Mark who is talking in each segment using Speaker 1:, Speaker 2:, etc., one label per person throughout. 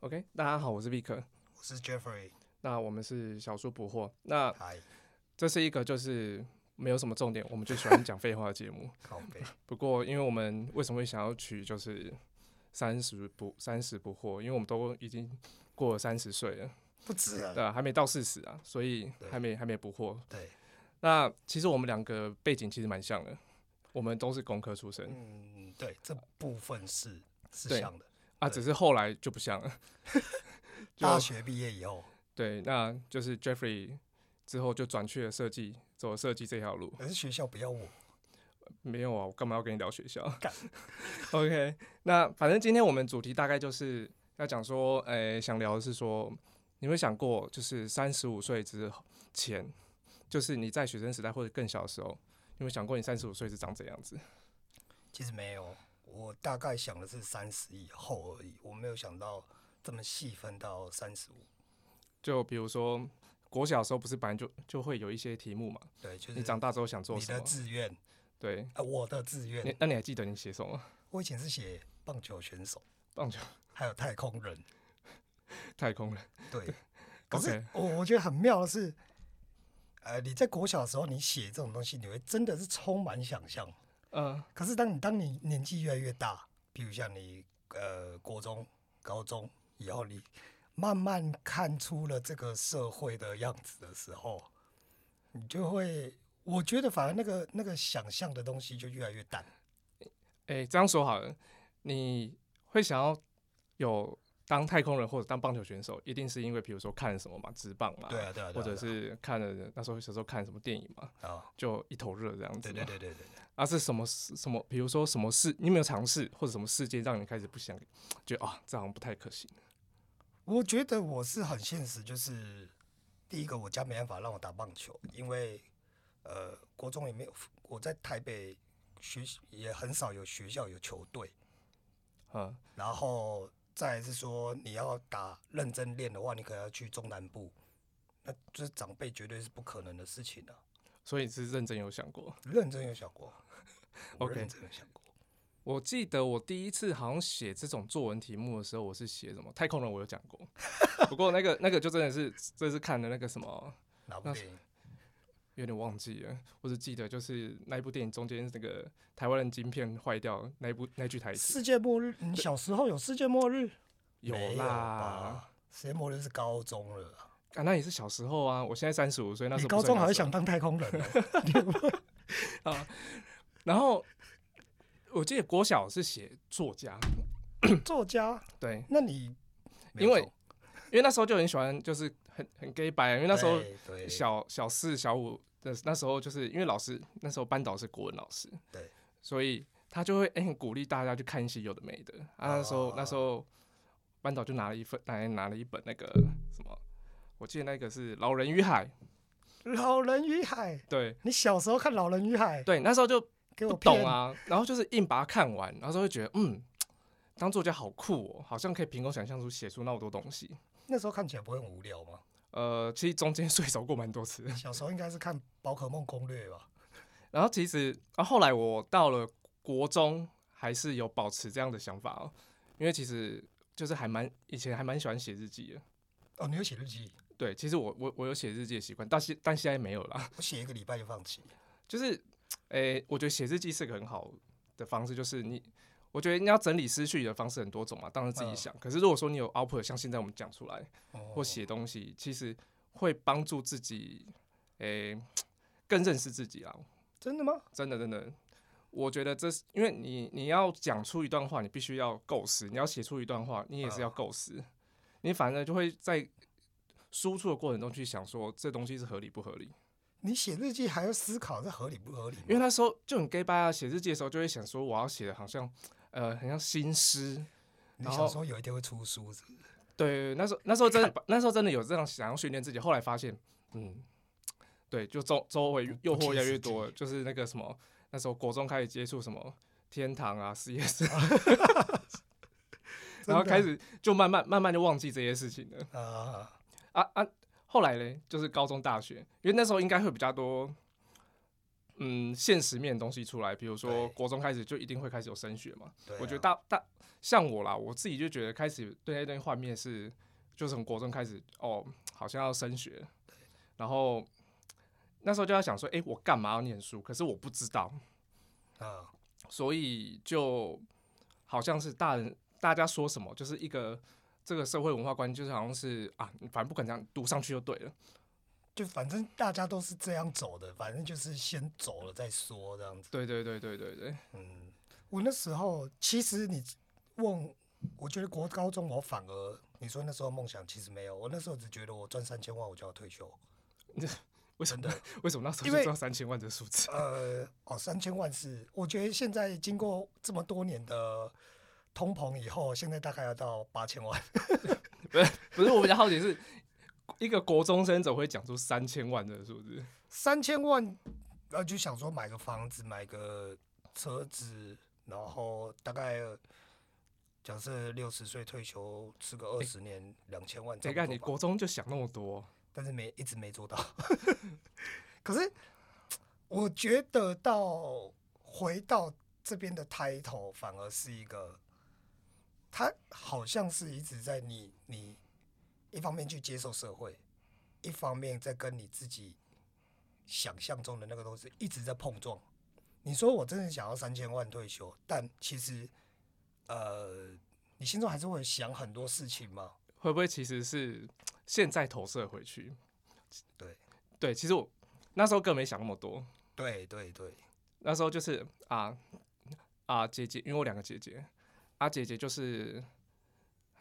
Speaker 1: OK，大家好，我是 Vic，
Speaker 2: 我 是 Jeffrey，
Speaker 1: 那我们是小说捕获，那
Speaker 2: 嗨，
Speaker 1: 这是一个就是没有什么重点，我们就喜欢讲废话的节目。
Speaker 2: 靠背，
Speaker 1: 不过，因为我们为什么会想要取就是三十不三十不惑，因为我们都已经过了三十岁了，
Speaker 2: 不止了，
Speaker 1: 对、啊，还没到四十啊，所以
Speaker 2: 对
Speaker 1: 还没还没不惑。
Speaker 2: 对，
Speaker 1: 那其实我们两个背景其实蛮像的，我们都是工科出身
Speaker 2: 嗯，对，这部分是是
Speaker 1: 对
Speaker 2: 像的。
Speaker 1: 啊，
Speaker 2: 对
Speaker 1: 只是后来就不 像了。就
Speaker 2: 大学毕业以后，
Speaker 1: 对，那就是 Jeffrey 之后就转去了设计，走了设计这条路。
Speaker 2: 可是学校不要我，
Speaker 1: 没有啊，我干嘛要跟你聊学校
Speaker 2: 干
Speaker 1: ？OK，那反正今天我们主题大概就是要讲说，诶、想聊的是说，你有没有想过，就是三十五岁之前，就是你在学生时代或者更小的时候，你有没有想过你三十五岁是长怎样子？
Speaker 2: 其实没有，我大概想的是三十以后而已，我没有想到这么细分到三十五。
Speaker 1: 就比如说。国小的时候不是本来就就会有一些题目嘛？
Speaker 2: 对，就是
Speaker 1: 你长大之后想做
Speaker 2: 嗯你
Speaker 1: 什
Speaker 2: 的
Speaker 1: 么？
Speaker 2: 志愿，
Speaker 1: 对，
Speaker 2: 呃，我的志
Speaker 1: 你
Speaker 2: 愿，
Speaker 1: 那你还记得你写什么吗？
Speaker 2: 我以前是写棒球选手，
Speaker 1: 棒球、
Speaker 2: 还有太空人。
Speaker 1: 太空人，
Speaker 2: 对，可是
Speaker 1: OK
Speaker 2: 我我觉得很妙的是，呃，你在国小的时候，你写这种东西，你会真的是充满想象。
Speaker 1: 嗯
Speaker 2: 可是当你当你年纪越来越大，比如像你呃国中、高中以后，你慢慢看出了这个社会的样子的时候，你就会，我觉得反而那个那个想象的东西就越来越淡。
Speaker 1: 哎、这样说好了，你会想要有当太空人或者当棒球选手，一定是因为比如说看了什么嘛，职棒嘛，
Speaker 2: 对啊，对啊，对
Speaker 1: 或
Speaker 2: 啊
Speaker 1: 者
Speaker 2: 对
Speaker 1: 是看了那时候小时候看什么电影嘛，
Speaker 2: 啊啊，
Speaker 1: 就一头热这样子
Speaker 2: 对
Speaker 1: 嘛。
Speaker 2: 对对对对对，
Speaker 1: 啊，是什么事什么，比如说什么事，你有没有尝试或者什么事件让你开始不想，觉得啊，这好像不太可行。
Speaker 2: 我觉得我是很现实，就是第一个我家没办法让我打棒球，因为呃国中也没有，我在台北学习也很少有学校有球队。
Speaker 1: 嗯，
Speaker 2: 然后再来是说，你要打认真练的话，你可能要去中南部，那就是长辈绝对是不可能的事情啊。
Speaker 1: 所以是认真有想过。
Speaker 2: 认真有想过我
Speaker 1: OK
Speaker 2: 认真有想过。
Speaker 1: 我记得我第一次好像写这种作文题目的时候，我是写什么太空人，我有讲过。 不过那个那个就真的是，这是看的那个什么
Speaker 2: 哪部
Speaker 1: 那
Speaker 2: 电影？
Speaker 1: 有点忘记了，我只记得就是那一部电影中间那个台湾人晶片坏掉那一部那句台词
Speaker 2: 世界末日？你小时候有世界末日？
Speaker 1: 有
Speaker 2: 没
Speaker 1: 啦，
Speaker 2: 吧？世界末日是高中了啊，
Speaker 1: 啊，那也是小时候啊，我现在三十五岁，那时
Speaker 2: 你
Speaker 1: 候
Speaker 2: 高
Speaker 1: 不是
Speaker 2: 中还会
Speaker 1: 小
Speaker 2: 想
Speaker 1: 时
Speaker 2: 当太空人哦？
Speaker 1: 候，然后我记得国小是写作家，
Speaker 2: 作家？
Speaker 1: 对，
Speaker 2: 那你 没
Speaker 1: 因为
Speaker 2: 有错
Speaker 1: 因为那时候就很喜欢，就是很很 gay 白，因为那时候
Speaker 2: 对对
Speaker 1: 小小四小五的那时候，就是因为老师那时候班导是国文老师，
Speaker 2: 对，
Speaker 1: 所以他就会哎、很鼓励大家去看一些有的没的啊。那时候、
Speaker 2: 哦
Speaker 1: 那时候班导就拿了一份，拿拿了一本那个什么，我记得那个是《老人与海》，
Speaker 2: 《老人与海》，
Speaker 1: 对
Speaker 2: 你小时候看《老人与海》，
Speaker 1: 对，那时候就
Speaker 2: 给
Speaker 1: 不
Speaker 2: 我
Speaker 1: 懂
Speaker 2: 骗！
Speaker 1: 啊，然后就是硬把它看完，然后就会觉得嗯。当作家好酷哦，好像可以凭空想象出写出那么多东西。
Speaker 2: 那时候看起来不会很无聊吗？
Speaker 1: 呃，其实中间 睡着过蛮多次的，
Speaker 2: 小时候应该是看《宝可梦攻略》吧？
Speaker 1: 然后其实啊，后来我到了国中，还是有保持这样的想法哦，因为其实就是还蛮以前还蛮喜欢写日记的。
Speaker 2: 哦，你有写日记？
Speaker 1: 对，其实我我我有写日记的习惯，但现但现在没有啦。
Speaker 2: 我写一个礼拜就放弃。
Speaker 1: 就是，诶、我觉得写日记是个很好的方式，就是你，我觉得你要整理思绪的方式很多种嘛，当然自己
Speaker 2: 嗯
Speaker 1: 想。可是如果说你有 output，像现在我们讲出来，或
Speaker 2: 哦，
Speaker 1: 写东西，其实会帮助自己，诶、更认识自己啦。
Speaker 2: 真的吗？
Speaker 1: 真的真的，我觉得这是因为你你要讲出一段话，你必须要构思；你要写出一段话，你也是要构思。你反而就会在输出的过程中去想说这东西是合理不合理。
Speaker 2: 你写日记还要思考这合理不合理吗？
Speaker 1: 因为那时候就很 gay 吧、啊，写日记的时候就会想说我要写的好像呃很像新诗。
Speaker 2: 你
Speaker 1: 然
Speaker 2: 小
Speaker 1: 后
Speaker 2: 时候有一天会出书是不是，
Speaker 1: 对，那时候那时候真的那时候真的有这样想要训练自己，后来发现嗯。对，就周周围诱惑越来越多了，就是那个什么，那时候国中开始接触什么天堂啊、实验室啊然后
Speaker 2: 真的
Speaker 1: 开始就慢慢慢慢就忘记这些事情了
Speaker 2: 啊，
Speaker 1: 啊啊！后来嘞，就是高中、大学，因为那时候应该会比较多嗯现实面的东西出来，比如说
Speaker 2: 对
Speaker 1: 国中开始就一定会开始有升学嘛。
Speaker 2: 对啊、
Speaker 1: 我觉得大大像我啦，我自己就觉得开始对那些东西幻灭是，就是从国中开始哦，好像要升学，然后那时候就在想说，诶，我干嘛要念书？可是我不知道，
Speaker 2: 啊，
Speaker 1: 所以就好像是大人大家说什么，就是一个这个社会文化观，就是好像是啊，你反正不管怎样读上去就对了。
Speaker 2: 就反正大家都是这样走的，反正就是先走了再说这样子。
Speaker 1: 对对对对对对，
Speaker 2: 嗯，我那时候其实你问，我觉得国高中我反而你说那时候梦想其实没有，我那时候只觉得我赚三千万我就要退休。
Speaker 1: 为什么
Speaker 2: 真的
Speaker 1: 为什么那时候
Speaker 2: 因
Speaker 1: 就
Speaker 2: 为
Speaker 1: 知道三千万这数字？
Speaker 2: 呃，哦，三千万是，我觉得现在经过这么多年的通膨以后，现在大概要到八千万。
Speaker 1: 不是，我比较好奇是。一个国中生怎么会讲出三千万这个数字？
Speaker 2: 三千万，然后就想说买个房子，买个车子，然后大概呃假设六十岁退休，吃个二十年，两千、万差
Speaker 1: 你
Speaker 2: 不
Speaker 1: 看，
Speaker 2: 多
Speaker 1: 哎你
Speaker 2: 吧
Speaker 1: 国中就想那么多，
Speaker 2: 但是没一直没做到。 可是我觉得到回到这边的 title 反而是一个，他好像是一直在你你一方面去接受社会，一方面在跟你自己想象中的那个东西一直在碰撞。你说我真的想要三千万退休，但其实，呃，你心中还是会想很多事情嘛。
Speaker 1: 会不会其实是现在投射回去？
Speaker 2: 对
Speaker 1: 对，其实我那时候更没想那么多，
Speaker 2: 对对对，
Speaker 1: 那时候就是啊啊姐姐，因为我两个姐姐，啊姐姐就是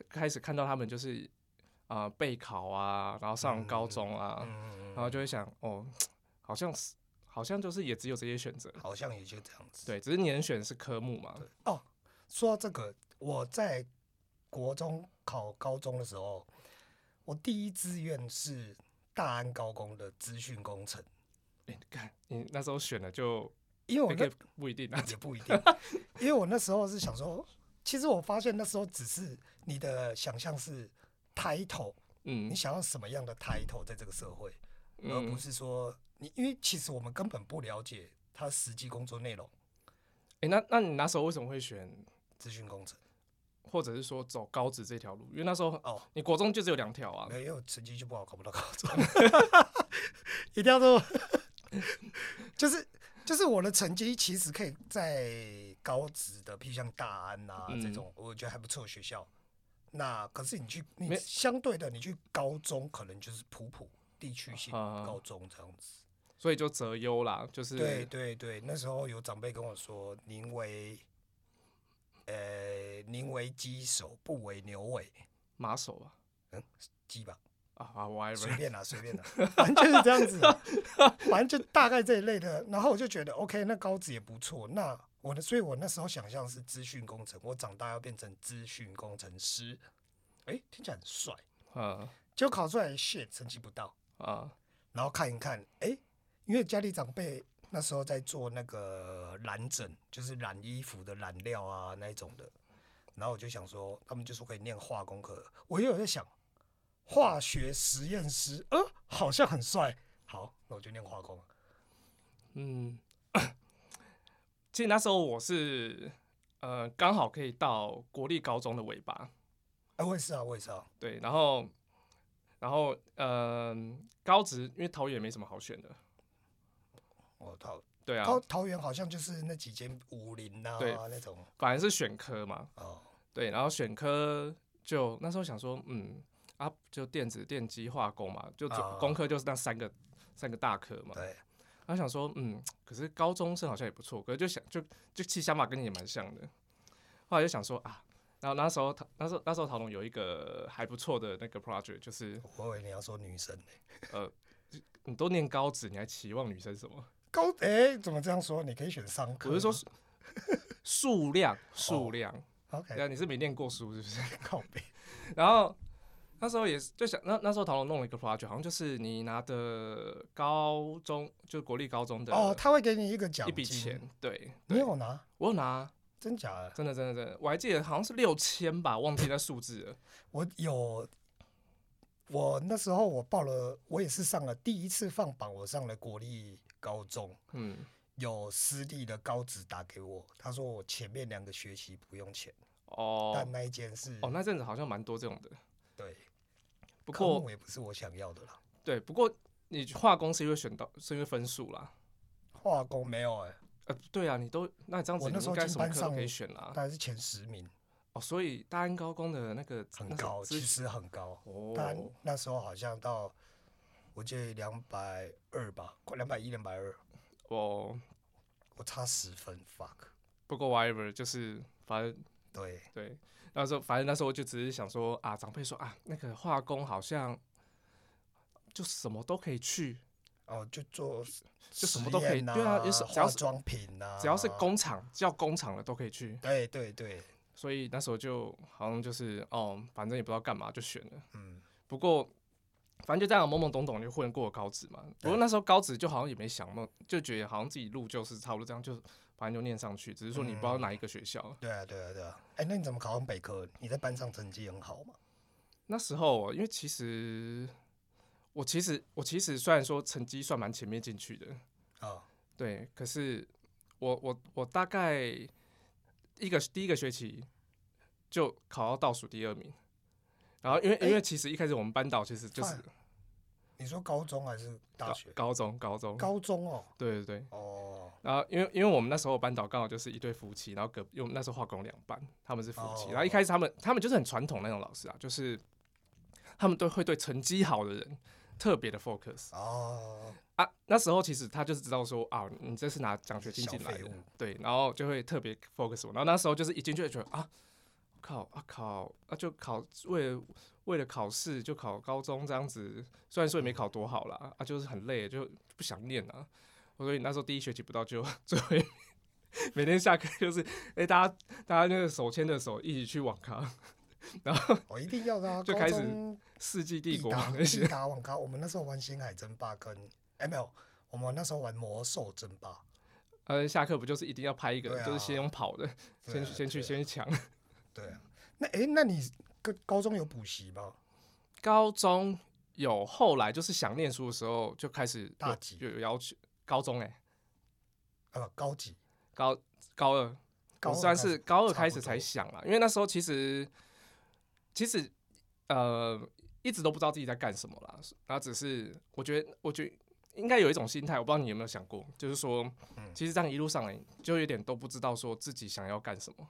Speaker 1: 开始看到他们就是啊、备考啊，然后上高中啊，
Speaker 2: 嗯，
Speaker 1: 然后就会想哦，好像是好像就是也只有这些选择，
Speaker 2: 好像也就这样子。
Speaker 1: 对，只是你能选的是科目嘛，
Speaker 2: 哦，说到这个，我在国中考高中的时候，我第一志愿是大安高工的资讯工程，
Speaker 1: 哎、你看你那时候选了就
Speaker 2: 因为我
Speaker 1: 也
Speaker 2: 哦那
Speaker 1: 可以不一定啊，
Speaker 2: 也不一定，因为我那时候是想说，其实我发现那时候只是你的想象是 title，
Speaker 1: 嗯
Speaker 2: 你想要什么样的 title 在这个社会，而
Speaker 1: 嗯
Speaker 2: 不，是说你，因为其实我们根本不了解他实际工作内容，
Speaker 1: 哎、那那你那时候为什么会选
Speaker 2: 资讯工程
Speaker 1: 或者是说走高职这条路，因为那时候
Speaker 2: 哦。
Speaker 1: 你国中就只有两条啊，
Speaker 2: 没有成绩就不好，考不到高中， 一定要说， 就是就是我的成绩其实可以在高职的，譬如像大安啊、
Speaker 1: 嗯
Speaker 2: 这种，我觉得还不错的学校。那可是你去你
Speaker 1: 没
Speaker 2: 相对的，你去高中可能就是普普地区性
Speaker 1: 啊
Speaker 2: 高中这样子。
Speaker 1: 所以就择优啦，就是
Speaker 2: 对对对，那时候有长辈跟我说，宁为呃宁为鸡首，不为牛尾，
Speaker 1: 马首啊
Speaker 2: 鸡吧。
Speaker 1: 啊啊
Speaker 2: 随
Speaker 1: ，whatever，
Speaker 2: 便啦，随便啦，反正就是这样子啊，反正就大概这一类的。然后我就觉得，OK，那高职也不错。那我的，所以我那时候想象是资讯工程，我长大要变成资讯工程师。哎、听起来很帅，
Speaker 1: 嗯
Speaker 2: 结果考出来 shit 成绩不到，
Speaker 1: 啊
Speaker 2: 然后看一看，哎、因为家里长辈那时候在做那个染整，就是染衣服的染料啊那一种的。然后我就想说，他们就说可以念化工科，我也有在想，化学实验师，呃，好像很帅。好，那我就念化工了。
Speaker 1: 嗯。 其实那时候我是呃刚好可以到国立高中的尾巴，
Speaker 2: 哎、我也是啊，我也是啊。
Speaker 1: 对，然后然后嗯、高职因为桃园也没什么好选的，
Speaker 2: 我哦桃
Speaker 1: 对啊，
Speaker 2: 桃桃园好像就是那几间武林啊
Speaker 1: 对
Speaker 2: 那种
Speaker 1: 反而是选科嘛，
Speaker 2: 哦，
Speaker 1: 对，然后选科就那时候想说，嗯啊，就电子、电机、化工嘛，就
Speaker 2: 啊
Speaker 1: 工科就是那三个三个大科嘛。
Speaker 2: 对，
Speaker 1: 然后想说，嗯，可是高中生好像也不错，可是就想就就其实想法跟你也蛮像的。后来就想说啊，然后那时候陶那时候那时候陶龙有一个还不错的那个 project，就是
Speaker 2: 我以为你要说女生呢、
Speaker 1: 你都念高职，你还期望女生什么？
Speaker 2: 高哎、怎么这样说？你可以选商科。
Speaker 1: 我是说数数量数
Speaker 2: 哦
Speaker 1: 量，对
Speaker 2: ，OK，
Speaker 1: 啊，你是没念过书是不是？
Speaker 2: 靠背，
Speaker 1: 然后那时候也是就想，那那时候陶龙弄了一个 project，好像就是你拿的高中，就是国立高中的
Speaker 2: 哦，他会给你一个
Speaker 1: 啊
Speaker 2: 奖
Speaker 1: 一笔
Speaker 2: 金，
Speaker 1: 钱，对，
Speaker 2: 你
Speaker 1: 对，
Speaker 2: 有拿？
Speaker 1: 我有拿，
Speaker 2: 真假的？
Speaker 1: 真的真的真的，我还记得好像是六千吧，忘记那数字了。
Speaker 2: 我有，我那时候我报了，我也是上了第一次放榜，我上了国立高中，
Speaker 1: 嗯，
Speaker 2: 有私立的高职打给我，他说我前面两个学期不用钱，
Speaker 1: 哦
Speaker 2: 但那一间是
Speaker 1: 哦，那阵子好像蛮多这种的。
Speaker 2: 对
Speaker 1: 不
Speaker 2: 科
Speaker 1: 过
Speaker 2: 目也不是我想要的啦。
Speaker 1: 对，不过你化工是因为选到是因为分数啦。
Speaker 2: 化工没有哎、
Speaker 1: 呃，对啊，你都那这样子，
Speaker 2: 我那
Speaker 1: 你
Speaker 2: 时候
Speaker 1: 应该
Speaker 2: 进
Speaker 1: 什么
Speaker 2: 班
Speaker 1: 课都可以
Speaker 2: 上
Speaker 1: 选啦。
Speaker 2: 大概是前十名，
Speaker 1: 哦，所以大安高工的那个
Speaker 2: 很
Speaker 1: 那时候
Speaker 2: 高，
Speaker 1: 资
Speaker 2: 其
Speaker 1: 讯
Speaker 2: 实很高。但
Speaker 1: 哦，
Speaker 2: 那时候好像到，我记得两百二吧，快两百一、两百二，
Speaker 1: 哦，
Speaker 2: 我差十分，fuck。
Speaker 1: 不过 whatever，就是反正
Speaker 2: 对，
Speaker 1: 对，那时候反正那时候就只是想说啊，长辈说啊，那个化工好像就什么都可以去，
Speaker 2: 哦，就做
Speaker 1: 就什么
Speaker 2: 实
Speaker 1: 都可以
Speaker 2: 验
Speaker 1: 对啊
Speaker 2: 啊，
Speaker 1: 就是只要
Speaker 2: 化
Speaker 1: 是
Speaker 2: 妆品啊，
Speaker 1: 只要是，工厂叫工厂的都可以去，
Speaker 2: 对对对，
Speaker 1: 所以那时候就好像就是哦，反正也不知道干嘛就选了。
Speaker 2: 嗯，
Speaker 1: 不过反正就这样懵懵懂懂就混过高职嘛。不过那时候高职就好像也没想那，就觉得好像自己路就是差不多这样，就反正就念上去，只是说你不知道哪一个学校。
Speaker 2: 对啊对啊对啊。哎、那你怎么考上北科？你在班上成绩很好嘛？
Speaker 1: 那时候因为其实我其实我其实虽然说成绩算蛮前面进去的，
Speaker 2: 啊、
Speaker 1: 对，可是我我我大概一个第一个学期就考到倒数第二名。然后，因为因为其实一开始我们班导其实就是
Speaker 2: 哎你说高中还是大
Speaker 1: 高
Speaker 2: 学？
Speaker 1: 高中高中，
Speaker 2: 高中哦，
Speaker 1: 对对对，
Speaker 2: 哦，
Speaker 1: 然后因为因为我们那时候班导刚好就是一对夫妻，然后隔因为我们那时候化工两班，他们是夫妻，
Speaker 2: 哦
Speaker 1: 然后一开始他们他们就是很传统那种老师啊，就是他们都会对成绩好的人特别的 focus
Speaker 2: 哦，
Speaker 1: 啊。那时候其实他就是知道说啊，你这是拿奖学金
Speaker 2: 小
Speaker 1: 进来
Speaker 2: 废
Speaker 1: 的
Speaker 2: 物，，
Speaker 1: 对，然后就会特别 focus 我。然后那时候就是一进去就觉得啊，考啊考啊就考，为了为了考试就考高中这样子，虽然说也
Speaker 2: 嗯
Speaker 1: 没考多好啦，啊就是很累，就不想念啊。我所以那时候第一学期不到就 最后一名，每天下课就是哎、大家大家那个手牵着手一起去网咖，
Speaker 2: 我、一定要的、啊，
Speaker 1: 就
Speaker 2: 高
Speaker 1: 开始
Speaker 2: 中
Speaker 1: 世纪帝国
Speaker 2: 打
Speaker 1: 那些
Speaker 2: 必打网咖。我们那时候玩星海争霸跟哎没有，我们那时候玩魔兽争霸。
Speaker 1: 呃下课不就是一定要拍一个，
Speaker 2: 对啊
Speaker 1: 就是先用跑的，
Speaker 2: 对
Speaker 1: 先
Speaker 2: 啊
Speaker 1: 去先去
Speaker 2: 对啊
Speaker 1: 先去抢。
Speaker 2: 对啊，那哎、那你高高中有补习吗？
Speaker 1: 高中有，后来就是想念书的时候就开始
Speaker 2: 大
Speaker 1: 有
Speaker 2: 几
Speaker 1: 有有要求。高中哎、
Speaker 2: 呃，高级，
Speaker 1: 高高二，
Speaker 2: 高
Speaker 1: 我
Speaker 2: 二
Speaker 1: 算
Speaker 2: 开
Speaker 1: 是
Speaker 2: 始
Speaker 1: 高二
Speaker 2: 差
Speaker 1: 开
Speaker 2: 不
Speaker 1: 始才
Speaker 2: 多
Speaker 1: 想啦，因为那时候其实其实呃一直都不知道自己在干什么啦，然后只是我觉得我觉得应该有一种心态，我不知道你有没有想过，就是说
Speaker 2: 嗯
Speaker 1: 其实这样一路上来就有点都不知道说自己想要干什么，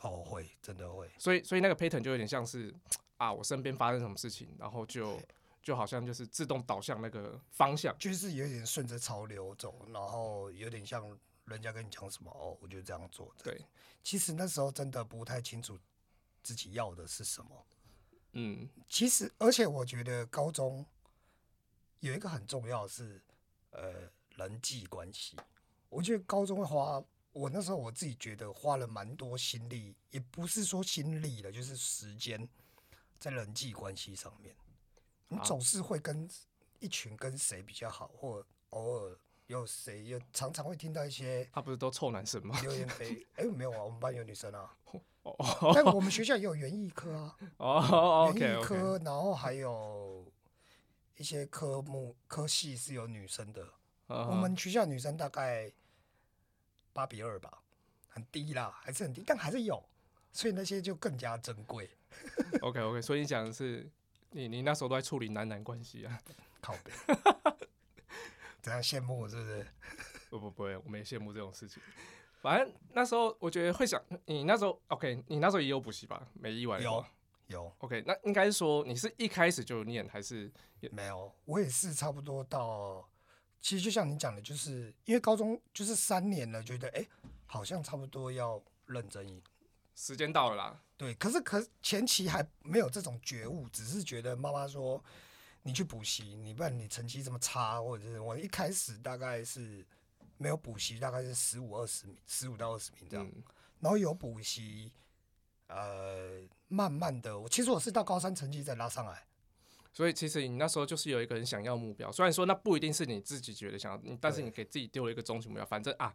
Speaker 2: 哦，会真的会，
Speaker 1: 所以所以那个 pattern 就有点像是啊我身边发生什么事情，然后就就好像就是自动导向那个方向。
Speaker 2: 就是有点顺着潮流走，然后有点像人家跟你讲什么哦，我就这样做。这样
Speaker 1: 对，
Speaker 2: 其实那时候真的不太清楚自己要的是什么。
Speaker 1: 嗯，
Speaker 2: 其实，而且我觉得高中有一个很重要的是，呃，人际关系。我觉得高中会花，我那时候我自己觉得花了蛮多心力，也不是说心力了，就是时间在人际关系上面。你
Speaker 1: 啊
Speaker 2: 总是会跟一群跟谁比较好，或偶尔有谁又常常会听到一些
Speaker 1: 他、不是都臭男生吗？
Speaker 2: 流言蜚语。哎、没有啊，我们班有女生啊，
Speaker 1: 哦
Speaker 2: 但
Speaker 1: 哦
Speaker 2: 我们学校也有园艺科啊。
Speaker 1: 哦，OK
Speaker 2: 园艺
Speaker 1: OK，
Speaker 2: 科，然后还有一些科目科系是有女生的。
Speaker 1: 嗯
Speaker 2: 我们学校女生大概八比二吧，很低啦，还是很低，但还是有，所以那些就更加珍贵。
Speaker 1: OK OK，所以你讲的是你你那时候都在处理男男关系啊？
Speaker 2: 靠北，怎样羡慕我是不是？
Speaker 1: 不不不会，我们也羡慕这种事情。反正那时候我觉得会想，你那时候 OK，你那时候也有补习吧？没意外的话
Speaker 2: 有有
Speaker 1: OK，那应该是说你是一开始就念还是
Speaker 2: 没有？我也是差不多到，其实就像你讲的，就是因为高中就是三年了，觉得哎、好像差不多要认真一
Speaker 1: 时间到了啦？
Speaker 2: 对，可是可是前期还没有这种觉悟，只是觉得妈妈说你去补习，你不然你成绩这么差，或者是我一开始大概是没有补习，大概是十五二十名，十五到二十名这样，
Speaker 1: 嗯
Speaker 2: 然后有补习，呃，慢慢的，我其实我是到高三成绩再拉上来，
Speaker 1: 所以其实你那时候就是有一个很想要目标，虽然说那不一定是你自己觉得想要，嗯你但是
Speaker 2: 对
Speaker 1: 你给自己丢了一个终极目标，反正啊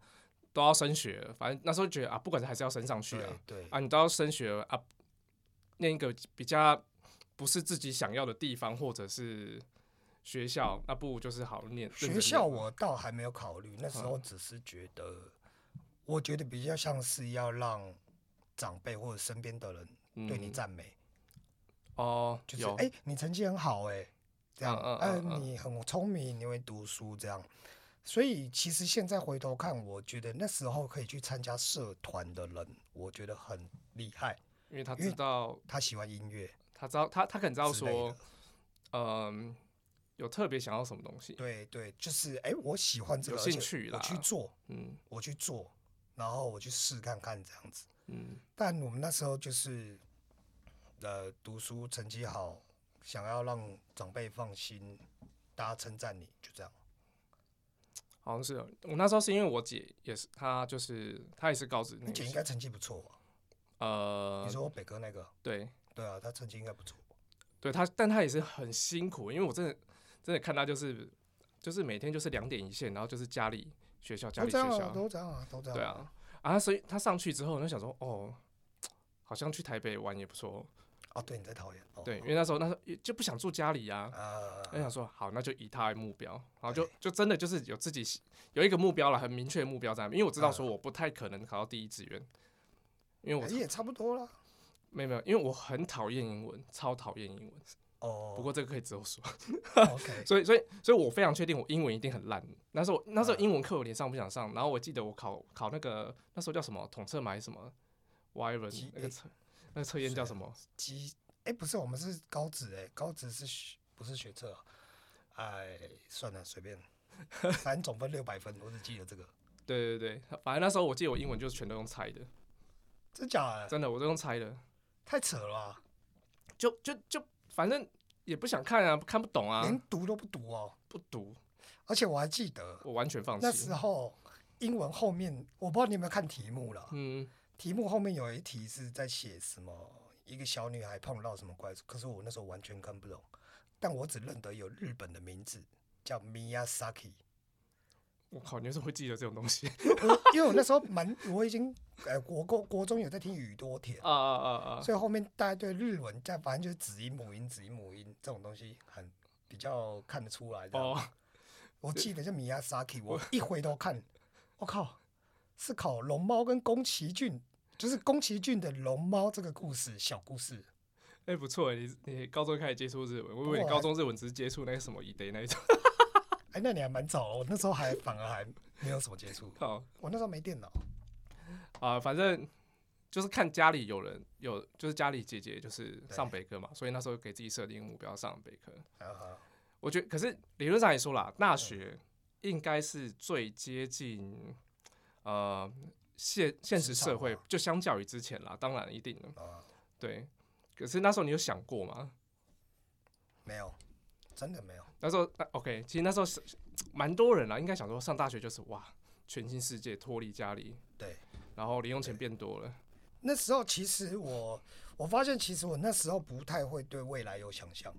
Speaker 1: 都要升学了，反正那时候觉得啊不管是还是要升上去
Speaker 2: 对
Speaker 1: 啊，
Speaker 2: 对
Speaker 1: 啊，你都要升学了啊，念一个比较不是自己想要的地方，或者是学校，那不如就是好好念认真嗯
Speaker 2: 学
Speaker 1: 念
Speaker 2: 校我倒还没有考虑，那时候只是觉得，我觉得比较像是要让长辈或者身边的人对你
Speaker 1: 嗯
Speaker 2: 赞美，
Speaker 1: 哦，
Speaker 2: 就是
Speaker 1: 有
Speaker 2: 哎、诶你成绩很好哎、这样，
Speaker 1: 嗯嗯
Speaker 2: 哎、
Speaker 1: 嗯嗯嗯
Speaker 2: 你很聪明，你会读书这样。所以其实现在回头看，我觉得那时候可以去参加社团的人，我觉得很厉害。
Speaker 1: 因为他
Speaker 2: 因为
Speaker 1: 知道，
Speaker 2: 他喜欢音乐，
Speaker 1: 他知道，他他可能知道
Speaker 2: 之类
Speaker 1: 说
Speaker 2: 的，
Speaker 1: 嗯，有特别想要什么东西，
Speaker 2: 对对，就是哎、诶我喜欢这个，
Speaker 1: 有
Speaker 2: 而且
Speaker 1: 兴趣啦
Speaker 2: 我去做，
Speaker 1: 嗯
Speaker 2: 我去做，然后我去试看看这样子。
Speaker 1: 嗯
Speaker 2: 但我们那时候就是，呃，读书成绩好，想要让长辈放心，大家称赞你，就这样。
Speaker 1: 好像是有我那时候是因为我姐也是，她就是她也是高职那
Speaker 2: 你姐应
Speaker 1: 个，
Speaker 2: 该成绩不错哦吧？
Speaker 1: 呃
Speaker 2: 你，说北哥那个，
Speaker 1: 对
Speaker 2: 对啊，他成绩应该不错。
Speaker 1: 对，她但她也是很辛苦，因为我真的真的看她就是就是每天就是两点一线，然后就是家里学校家
Speaker 2: 都
Speaker 1: 里
Speaker 2: 这
Speaker 1: 学
Speaker 2: 样啊，
Speaker 1: 校，
Speaker 2: 都这样啊，都这样。
Speaker 1: 对，啊啊，所以她上去之后，我就想说，哦，好像去台北玩也不错，
Speaker 2: 哦，对，你在桃园。哦、
Speaker 1: 对，因为那时候那时候也就不想住家里啊，
Speaker 2: 啊，
Speaker 1: 我想说好，那就以他为目标，然后就
Speaker 2: 对
Speaker 1: 就真的就是有自己喜有一个目标了，很明确的目标在那边，因为我知道说我不太可能考到第一志愿，因为我
Speaker 2: 嗯哎也差不多啦。
Speaker 1: 没有没有，因为我很讨厌英文，超讨厌英文。
Speaker 2: 哦，
Speaker 1: 不过这个可以之后说，
Speaker 2: OK，
Speaker 1: 所以所以所以我非常确定我英文一定很烂。那时候那时候
Speaker 2: 嗯
Speaker 1: 英文课我连上不想上，然后我记得我考考那个那时候叫什么统测买什么 y r o n
Speaker 2: 几
Speaker 1: 那个测那个测验叫什么？
Speaker 2: 鸡，哎，不是，我们是高职，哎，高职是学不是学测啊？哎，算 了，随便，反正总分六百分，我只记得这个，
Speaker 1: 对对对，反正那时候我记得我英文就是全都用猜的，
Speaker 2: 真假的？
Speaker 1: 真的我都用猜的，
Speaker 2: 太扯了吧，
Speaker 1: 就就就反正也不想看啊，看不懂啊。
Speaker 2: 连读都不读哦。
Speaker 1: 不读，
Speaker 2: 而且我还记得
Speaker 1: 我完全放弃。
Speaker 2: 那时候英文后面，我不知道你有没有看题目了。
Speaker 1: 嗯，
Speaker 2: 题目后面有一题是在写什么，一个小女孩碰到什么怪兽，可是我那时候完全看不懂，但我只认得有日本的名字叫 Miyazaki，
Speaker 1: 我靠，你就是会记得这种东西
Speaker 2: 我因为我那时候蛮我已经呃国国国中有在听宇多田，
Speaker 1: 啊啊啊啊！
Speaker 2: 所以后面大家对日文加反正就是子音母音子音母音这种东西很比较看得出来的。
Speaker 1: 哦，
Speaker 2: 我记得叫 Miyazaki，我一回头看，我靠，是考龙猫跟宫崎骏，就是宫崎骏的龙猫这个故事小故事。
Speaker 1: 哎、不错，你你高中开始接触日文，我以
Speaker 2: 过
Speaker 1: 为
Speaker 2: 啊
Speaker 1: 你高中日文只是接触那个什么一 d 那一种。
Speaker 2: 哎，那你还蛮早哦，我那时候还反而还没有什么接触，
Speaker 1: 好
Speaker 2: 我那时候没电脑。
Speaker 1: 啊、反正就是看家里有人有，就是家里姐姐就是上北科嘛，所以那时候给自己设定一个目标上北科。
Speaker 2: 啊
Speaker 1: 我觉得，可是理论上来说啦，大学应该是最接近呃现现实
Speaker 2: 市场
Speaker 1: 社会
Speaker 2: 化，
Speaker 1: 就相较于之前啦，当然一定了，
Speaker 2: 啊，
Speaker 1: 对。可是那时候你有想过吗？
Speaker 2: 没有，真的没有。
Speaker 1: 那时候那 OK，其实那时候是蛮多人啦，应该想说上大学就是哇，全新世界，脱离家里，
Speaker 2: 对，
Speaker 1: 然后零用钱变多了，
Speaker 2: 那时候其实我，我发现其实我那时候不太会对未来有想象，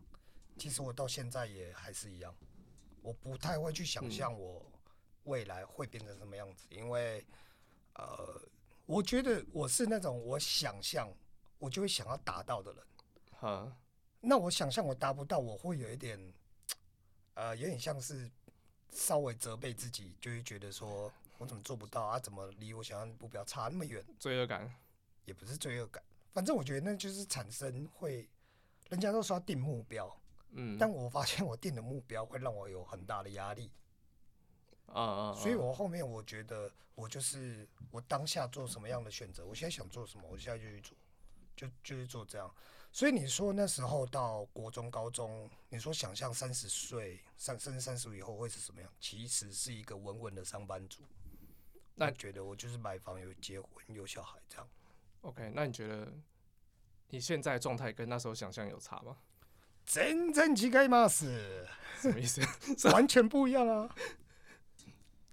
Speaker 2: 其实我到现在也还是一样，我不太会去想象我未来会变成什么样子，因为呃，我觉得我是那种我想象我就会想要达到的人。
Speaker 1: 哈，
Speaker 2: 那我想象我达不到，我会有一点，呃，有点像是稍微责备自己，就会觉得说我怎么做不到啊？怎么离我想象的目标差那么远？
Speaker 1: 罪恶感，
Speaker 2: 也不是罪恶感，反正我觉得那就是产生会，人家都说要定目标，
Speaker 1: 嗯，
Speaker 2: 但我发现我定的目标会让我有很大的压力，
Speaker 1: 啊啊，
Speaker 2: 所以我后面我觉得我就是我当下做什么样的选择，我现在想做什么，我现在就去做，就就去做这样。所以你说那时候到国中、高中，你说想象三十岁、三甚至三十以后会是什么样？其实是一个稳稳的上班族。
Speaker 1: 那
Speaker 2: 我觉得我就是买房、有结婚、有小孩这样。
Speaker 1: OK，那你觉得你现在的状态跟那时候想象有差 吗？
Speaker 2: 真正乞丐骂死，
Speaker 1: 什么意思？
Speaker 2: 完全不一样啊！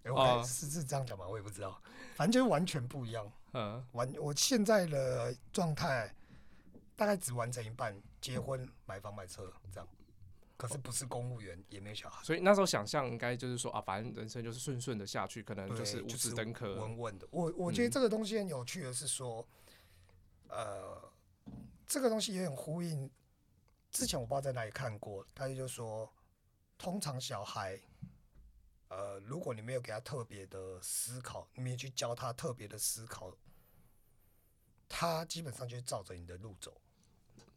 Speaker 2: 哎我
Speaker 1: 啊
Speaker 2: 看是是这样讲吧，我也不知道，反正就是完全不一样。
Speaker 1: 嗯，
Speaker 2: 完，我现在的状态大概只完成一半，结婚、买房、买车这样。可是不是公务员，也没有小孩，
Speaker 1: 所以那时候想象应该就是说啊，反正人生就是顺顺的下去，可能
Speaker 2: 对，
Speaker 1: 是五子登科，
Speaker 2: 稳稳的。我我觉得
Speaker 1: 嗯
Speaker 2: 这个东西很有趣的是说，呃，这个东西也很呼应。之前我不知道在哪里看过，他就说通常小孩，呃，如果你没有给他特别的思考，你没有去教他特别的思考，他基本上就照着你的路走。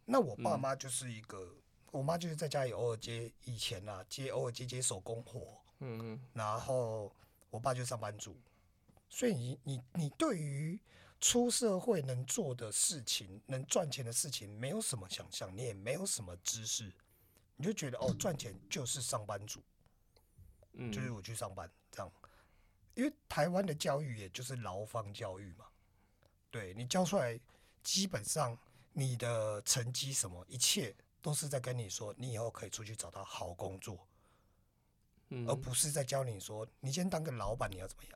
Speaker 2: 那我爸
Speaker 1: 嗯
Speaker 2: 妈就是一个，我妈就是在家里偶尔接以前啊，接偶尔接接手工活，
Speaker 1: 嗯嗯
Speaker 2: 然后我爸就上班族，所以你你你对于出社会能做的事情、能赚钱的事情，没有什么想象，你也没有什么知识，你就觉得哦，赚钱就是上班族，
Speaker 1: 嗯，
Speaker 2: 就是我去上班这样。因为台湾的教育也就是劳方教育嘛，对你教出来，基本上你的成绩什么，一切都是在跟你说，你以后可以出去找到好工作。
Speaker 1: 嗯
Speaker 2: 而不是在教你说，你先当个老板，你要怎么样？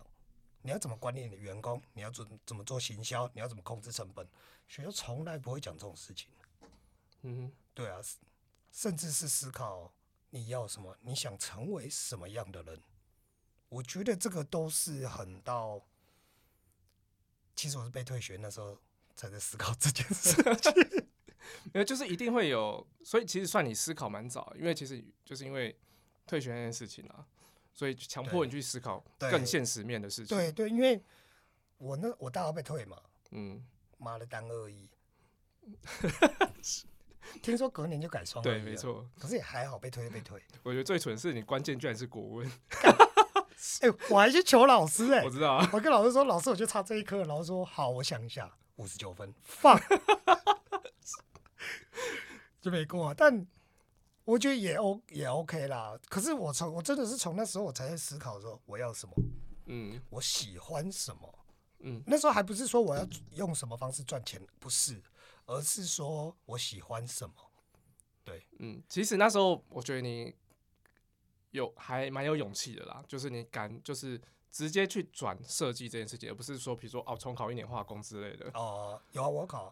Speaker 2: 你要怎么管理你的员工？你要怎怎么做行销？你要怎么控制成本？学校从来不会讲这种事情。
Speaker 1: 嗯
Speaker 2: 对啊，是甚至是思考你要什么，你想成为什么样的人。我觉得这个都是很到，其实我是被退学那时候才在思考这件事。
Speaker 1: 哼， 因为就是一定会有，所以其实算你思考蛮早，因为其实就是因为退学那件事情啊，所以强迫
Speaker 2: 对
Speaker 1: 你去思考
Speaker 2: 对
Speaker 1: 更现实面的事情。
Speaker 2: 对对，因为我那我大二被退嘛，
Speaker 1: 嗯，
Speaker 2: 妈的单二一， 听说隔年就改双二一
Speaker 1: 对，
Speaker 2: 了
Speaker 1: 没错。
Speaker 2: 可是也还好，被推被推。
Speaker 1: 我觉得最蠢的是你关键居然是国文，
Speaker 2: 哎、我还去求老师哎、
Speaker 1: 我知道啊，
Speaker 2: 我跟老师说，老师我就差这一科，老师说好，我想一下，五十九分，放， 就没过、啊。但我觉得也 O 也 OK 啦。可是我从我真的是从那时候我才在思考说我要什么，
Speaker 1: 嗯
Speaker 2: 我喜欢什么。
Speaker 1: 嗯
Speaker 2: 那时候还不是说我要用什么方式赚钱，不是，而是说我喜欢什么。
Speaker 1: 嗯。其实那时候我觉得你有还蛮有勇气的啦，就是你敢就是直接去转设计这件事情，而不是说比如说哦重考一年化工之类的。
Speaker 2: 哦、有啊，我有考，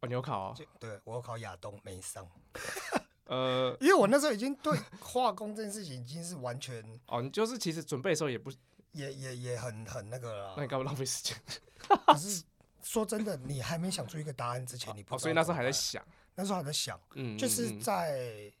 Speaker 1: 哦，你有考、啊？
Speaker 2: 就对我有考亚东没上。
Speaker 1: 呃，
Speaker 2: 因为我那时候已经对化工这件事情已经是完全
Speaker 1: 哦，你就是其实准备的时候也不，
Speaker 2: 也也也很很那个
Speaker 1: 那你
Speaker 2: 了。
Speaker 1: 干嘛浪费时间？
Speaker 2: 可是说真的，你还没想出一个答案之前，你不
Speaker 1: 哦，
Speaker 2: 知道
Speaker 1: 所以那时
Speaker 2: 怎
Speaker 1: 候
Speaker 2: 么
Speaker 1: 还在
Speaker 2: 办啊
Speaker 1: 想，
Speaker 2: 那时候还在想，
Speaker 1: 嗯，
Speaker 2: 就是
Speaker 1: 嗯嗯
Speaker 2: 在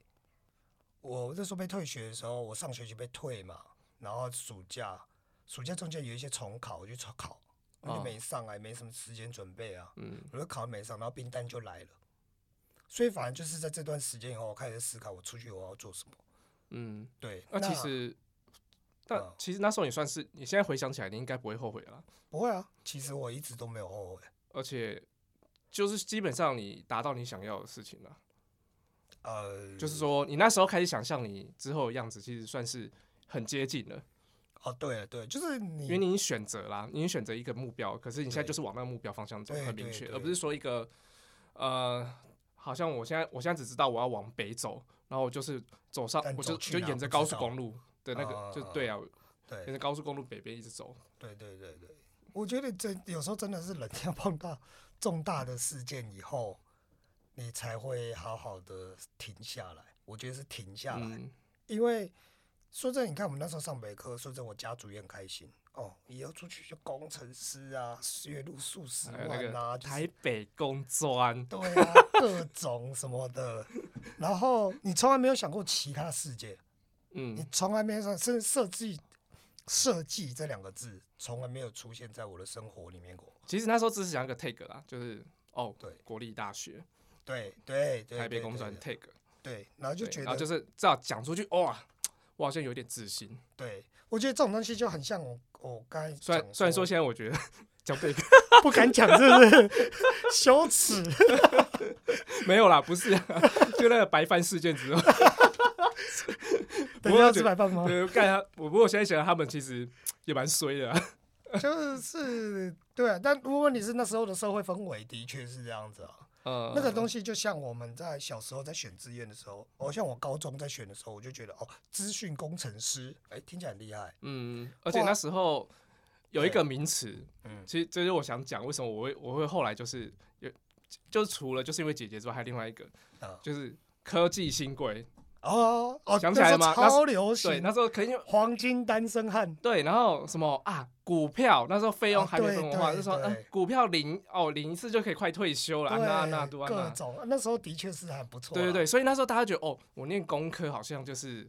Speaker 2: 我那时候被退学的时候，我上学期被退嘛，然后暑假暑假中间有一些重考，我就重考，我就
Speaker 1: 哦
Speaker 2: 没上啊来，没什么时间准备啊，
Speaker 1: 嗯
Speaker 2: 我就考没上，然后冰单就来了。所以反而就是在这段时间以后，我开始思考我出去我要做什么。
Speaker 1: 嗯，
Speaker 2: 对，
Speaker 1: 那其实，但
Speaker 2: 嗯
Speaker 1: 其实那时候你算是，你现在回想起来，你应该不会后悔了啦。
Speaker 2: 不会啊，其实我一直都没有后悔。
Speaker 1: 而且就是基本上你达到你想要的事情了，
Speaker 2: 呃，
Speaker 1: 就是说你那时候开始想象你之后的样子，其实算是很接近了，
Speaker 2: 哦，对了，对了，就是你，
Speaker 1: 因为你已经选择啦，你已经选择一个目标，可是你现在
Speaker 2: 嗯对
Speaker 1: 就是往那个目标方向走，
Speaker 2: 对
Speaker 1: 很明
Speaker 2: 对
Speaker 1: 确，
Speaker 2: 对
Speaker 1: 而不是说一个呃，好像我现在我现在只知道我要往北走，然后我就是走上
Speaker 2: 但，
Speaker 1: 我就
Speaker 2: 走去
Speaker 1: 就
Speaker 2: 哪
Speaker 1: 沿着
Speaker 2: 不
Speaker 1: 高
Speaker 2: 知
Speaker 1: 速
Speaker 2: 道
Speaker 1: 公路的那
Speaker 2: 啊
Speaker 1: 个，就
Speaker 2: 啊啊
Speaker 1: 对啊，沿
Speaker 2: 对
Speaker 1: 着高速公路北边一直走，
Speaker 2: 对对对对，我觉得真有时候真的是人要碰到重大的事件以后，你才会好好的停下来。我觉得是停下来，
Speaker 1: 嗯
Speaker 2: 因为说真的，你看我们那时候上北科，说真的，我家族也很开心哦，以后出去就工程师啊，月入数十
Speaker 1: 还有哎那
Speaker 2: 万啊，
Speaker 1: 个
Speaker 2: 就是
Speaker 1: 台北工专，
Speaker 2: 对啊， 各种什么的。然后你从来没有想过其他世界，你
Speaker 1: 嗯
Speaker 2: 从来没有想，甚至设计“设计”这两个字，从来没有出现在我的生活里面过。
Speaker 1: 其实那时候只是想一个 take 啦，就是哦，
Speaker 2: 对
Speaker 1: 国立大学、
Speaker 2: 对对对，
Speaker 1: 台北
Speaker 2: 对
Speaker 1: 工
Speaker 2: 对
Speaker 1: 专
Speaker 2: 对
Speaker 1: take，
Speaker 2: 对，然后就
Speaker 1: 对
Speaker 2: 觉
Speaker 1: 然后
Speaker 2: 得，
Speaker 1: 就是这样讲出去，哇，我好像有点自信。
Speaker 2: 对我觉得这种东西就很像我我刚才
Speaker 1: 虽然
Speaker 2: 讲
Speaker 1: 虽然说现在我觉得 讲北科
Speaker 2: 不敢讲，是不是羞耻？
Speaker 1: 没有啦，不是啊， 就那个白饭事件之后，我
Speaker 2: 等一下要
Speaker 1: 觉
Speaker 2: 吃
Speaker 1: 得
Speaker 2: 白饭吗？
Speaker 1: 对，干他，我不过我现在想想，他们其实也蛮衰的、啊，
Speaker 2: 就是对啊，但问题是那时候的社会氛围的确是这样子啊。
Speaker 1: 呃，
Speaker 2: 那个东西就像我们在小时候在选志愿的时候，哦，像我高中在选的时候，我就觉得哦，资讯工程师，哎、听起来很厉害，
Speaker 1: 嗯，而且那时候有一个名词，
Speaker 2: 嗯
Speaker 1: 其实这就是我想讲为什么我会我会后来就是有，就是除了就是因为姐姐之外，还有另外一个
Speaker 2: 嗯
Speaker 1: 就是科技新贵，
Speaker 2: 哦哦，
Speaker 1: 想起来了吗
Speaker 2: 那时候超流
Speaker 1: 对，
Speaker 2: 行，
Speaker 1: 那时候可以
Speaker 2: 黄金单身汉，
Speaker 1: 对，然后什么啊股票，那时候费用
Speaker 2: 啊
Speaker 1: 还没
Speaker 2: 对
Speaker 1: 分文化，
Speaker 2: 对
Speaker 1: 就说
Speaker 2: 对
Speaker 1: 嗯股票零哦零一次就可以快退休了，啊那啊那啊
Speaker 2: 对，
Speaker 1: 都啊
Speaker 2: 各啊
Speaker 1: 那，
Speaker 2: 种，那时候的确是还不错，
Speaker 1: 对对，对，所以那时候大家觉得哦，我念工科好像就是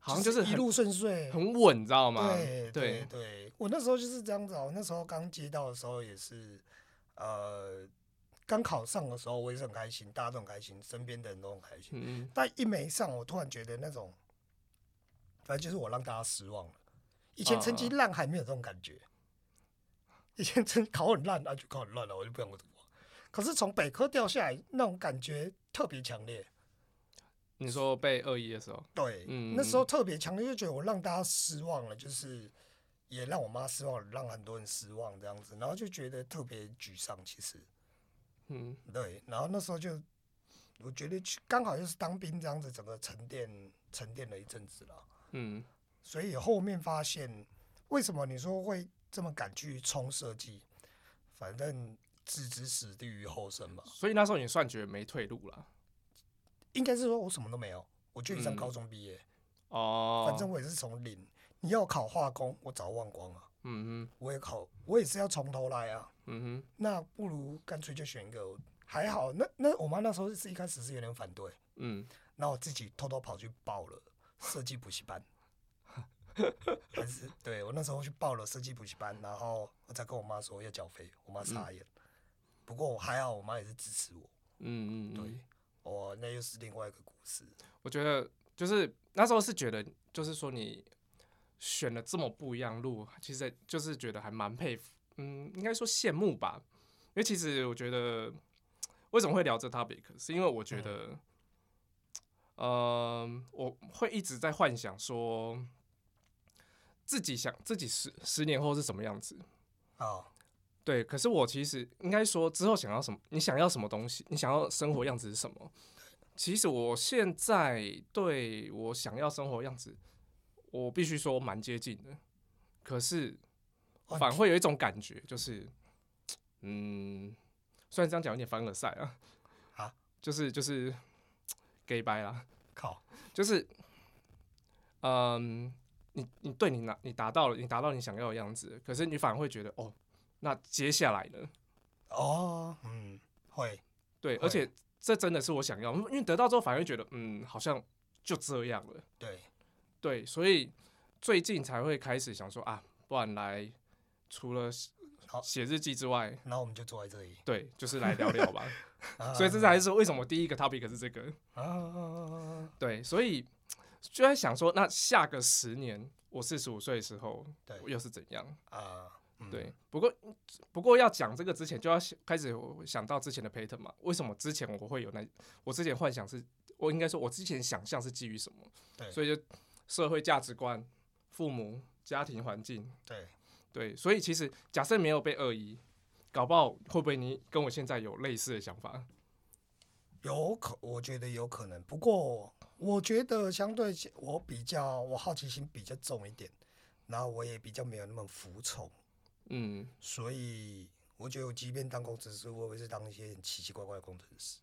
Speaker 1: 好像就是
Speaker 2: 一
Speaker 1: 很
Speaker 2: 路顺遂，
Speaker 1: 很稳，你知道吗？
Speaker 2: 对对
Speaker 1: 对
Speaker 2: 对，我那时候就是这样子啊。我那时候刚接到的时候也是，呃，刚考上的时候我也是很开心，大家都很开心，身边的人都很开心。
Speaker 1: 嗯，
Speaker 2: 但一没上，我突然觉得那种，反正就是我让大家失望了。以前成绩
Speaker 1: 啊
Speaker 2: 烂还没有这种感觉，以前成考很烂啊，就考很烂了、我就不想我怎么。可是从北科掉下来，那种感觉特别强烈。
Speaker 1: 你说被恶意的时候，
Speaker 2: 对，
Speaker 1: 嗯
Speaker 2: 那时候特别强烈，就觉得我让大家失望了，就是也让我妈失望，让很多人失望这样子，然后就觉得特别沮丧。其实，
Speaker 1: 嗯，
Speaker 2: 对，然后那时候就我觉得去刚好又是当兵这样子，整个沉淀沉淀了一阵子了，
Speaker 1: 嗯，
Speaker 2: 所以后面发现为什么你说会这么敢去冲设计，反正置之死地于后生嘛，
Speaker 1: 所以那时候你算觉得没退路了
Speaker 2: 应该是说我什么都没有，我就一上
Speaker 1: 嗯
Speaker 2: 高中毕业，
Speaker 1: 哦，
Speaker 2: 反正我也是从零。你要考化工，我早忘光了。
Speaker 1: 嗯
Speaker 2: 我也考，我也是要从头来啊。
Speaker 1: 哼，嗯哼，
Speaker 2: 那不如干脆就选一个，还好。那那我妈那时候是一开始是有点反对，
Speaker 1: 嗯，
Speaker 2: 那我自己偷偷跑去报了设计补习 班，还是对我那时候去报了设计补习班，然后我再跟我妈说要缴费，我妈傻眼。
Speaker 1: 嗯
Speaker 2: 不过我还好，我妈也是支持我。
Speaker 1: 嗯嗯，
Speaker 2: 对
Speaker 1: 嗯，
Speaker 2: 哦，那又是另外一个故事。
Speaker 1: 我觉得就是那时候是觉得，就是说你选了这么不一样路，其实就是觉得还蛮佩服，嗯，应该说羡慕吧。因为其实我觉得为什么会聊这 topic，是因为我觉得，呃，我会一直在幻想说自己想自己十十年后是什么样子。
Speaker 2: 哦，
Speaker 1: 对，可是我其实应该说之后想要什么，你想要什么东西，你想要生活样子是什么？其实我现在对我想要生活样子，我必须说蛮接近的，可是
Speaker 2: 哦
Speaker 1: 反而会有一种感觉，就是，嗯，虽然这样讲有点凡尔赛啊，
Speaker 2: 啊，
Speaker 1: 就是就是给白啦，
Speaker 2: 靠，
Speaker 1: 就是，嗯，你你对你拿你达到了，你达到你想要的样子，可是你反而会觉得，哦，那接下来呢？
Speaker 2: 哦，嗯，会，
Speaker 1: 对，
Speaker 2: 会
Speaker 1: 而且这真的是我想要，因为得到之后反而会觉得，嗯，好像就这样了。
Speaker 2: 对，
Speaker 1: 对，所以最近才会开始想说啊，不然来除了写
Speaker 2: 好
Speaker 1: 写日记之外，
Speaker 2: 然后我们就坐在这里。
Speaker 1: 对，就是来聊聊吧。
Speaker 2: 啊
Speaker 1: 所以这才是为什么第一个 topic 是这个。
Speaker 2: 啊啊啊啊啊啊
Speaker 1: 对，所以就在想说，那下个十年我四十五岁的时候，
Speaker 2: 对
Speaker 1: 我又是怎样？
Speaker 2: 啊，嗯
Speaker 1: 对，不过不过要讲这个之前，就要想开始想到之前的 pattern 嘛。为什么之前我会有那？我之前幻想是，我应该说，我之前想象是基于什么？
Speaker 2: 对
Speaker 1: 所以就社会价值观、父母、家庭环境，
Speaker 2: 对，
Speaker 1: 对。所以其实假设没有被恶意，搞不好会不会你跟我现在有类似的想法？
Speaker 2: 有可，我觉得有可能。不过，我觉得相对起我比较，我好奇心比较重一点，然后我也比较没有那么服从，
Speaker 1: 嗯，
Speaker 2: 所以我觉得我即便当工程师，我也是当一些很奇奇怪怪的工程师，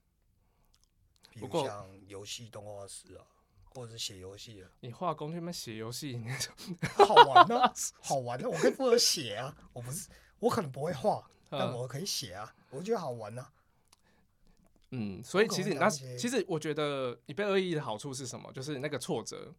Speaker 2: 比
Speaker 1: 不
Speaker 2: 如
Speaker 1: 过
Speaker 2: 像游戏动画师啊，或者是写游戏啊，
Speaker 1: 你化工去那边写游戏，你就
Speaker 2: 好玩呢、 好玩呢、我可以负责写啊，我不是，我可能不会画，但
Speaker 1: 嗯
Speaker 2: 我可以写啊，我觉得好玩呢、
Speaker 1: 嗯，所以
Speaker 2: 可
Speaker 1: 其
Speaker 2: 能
Speaker 1: 实你那
Speaker 2: 会当一些
Speaker 1: 其实我觉得你被恶意的好处是什么？就是那个挫折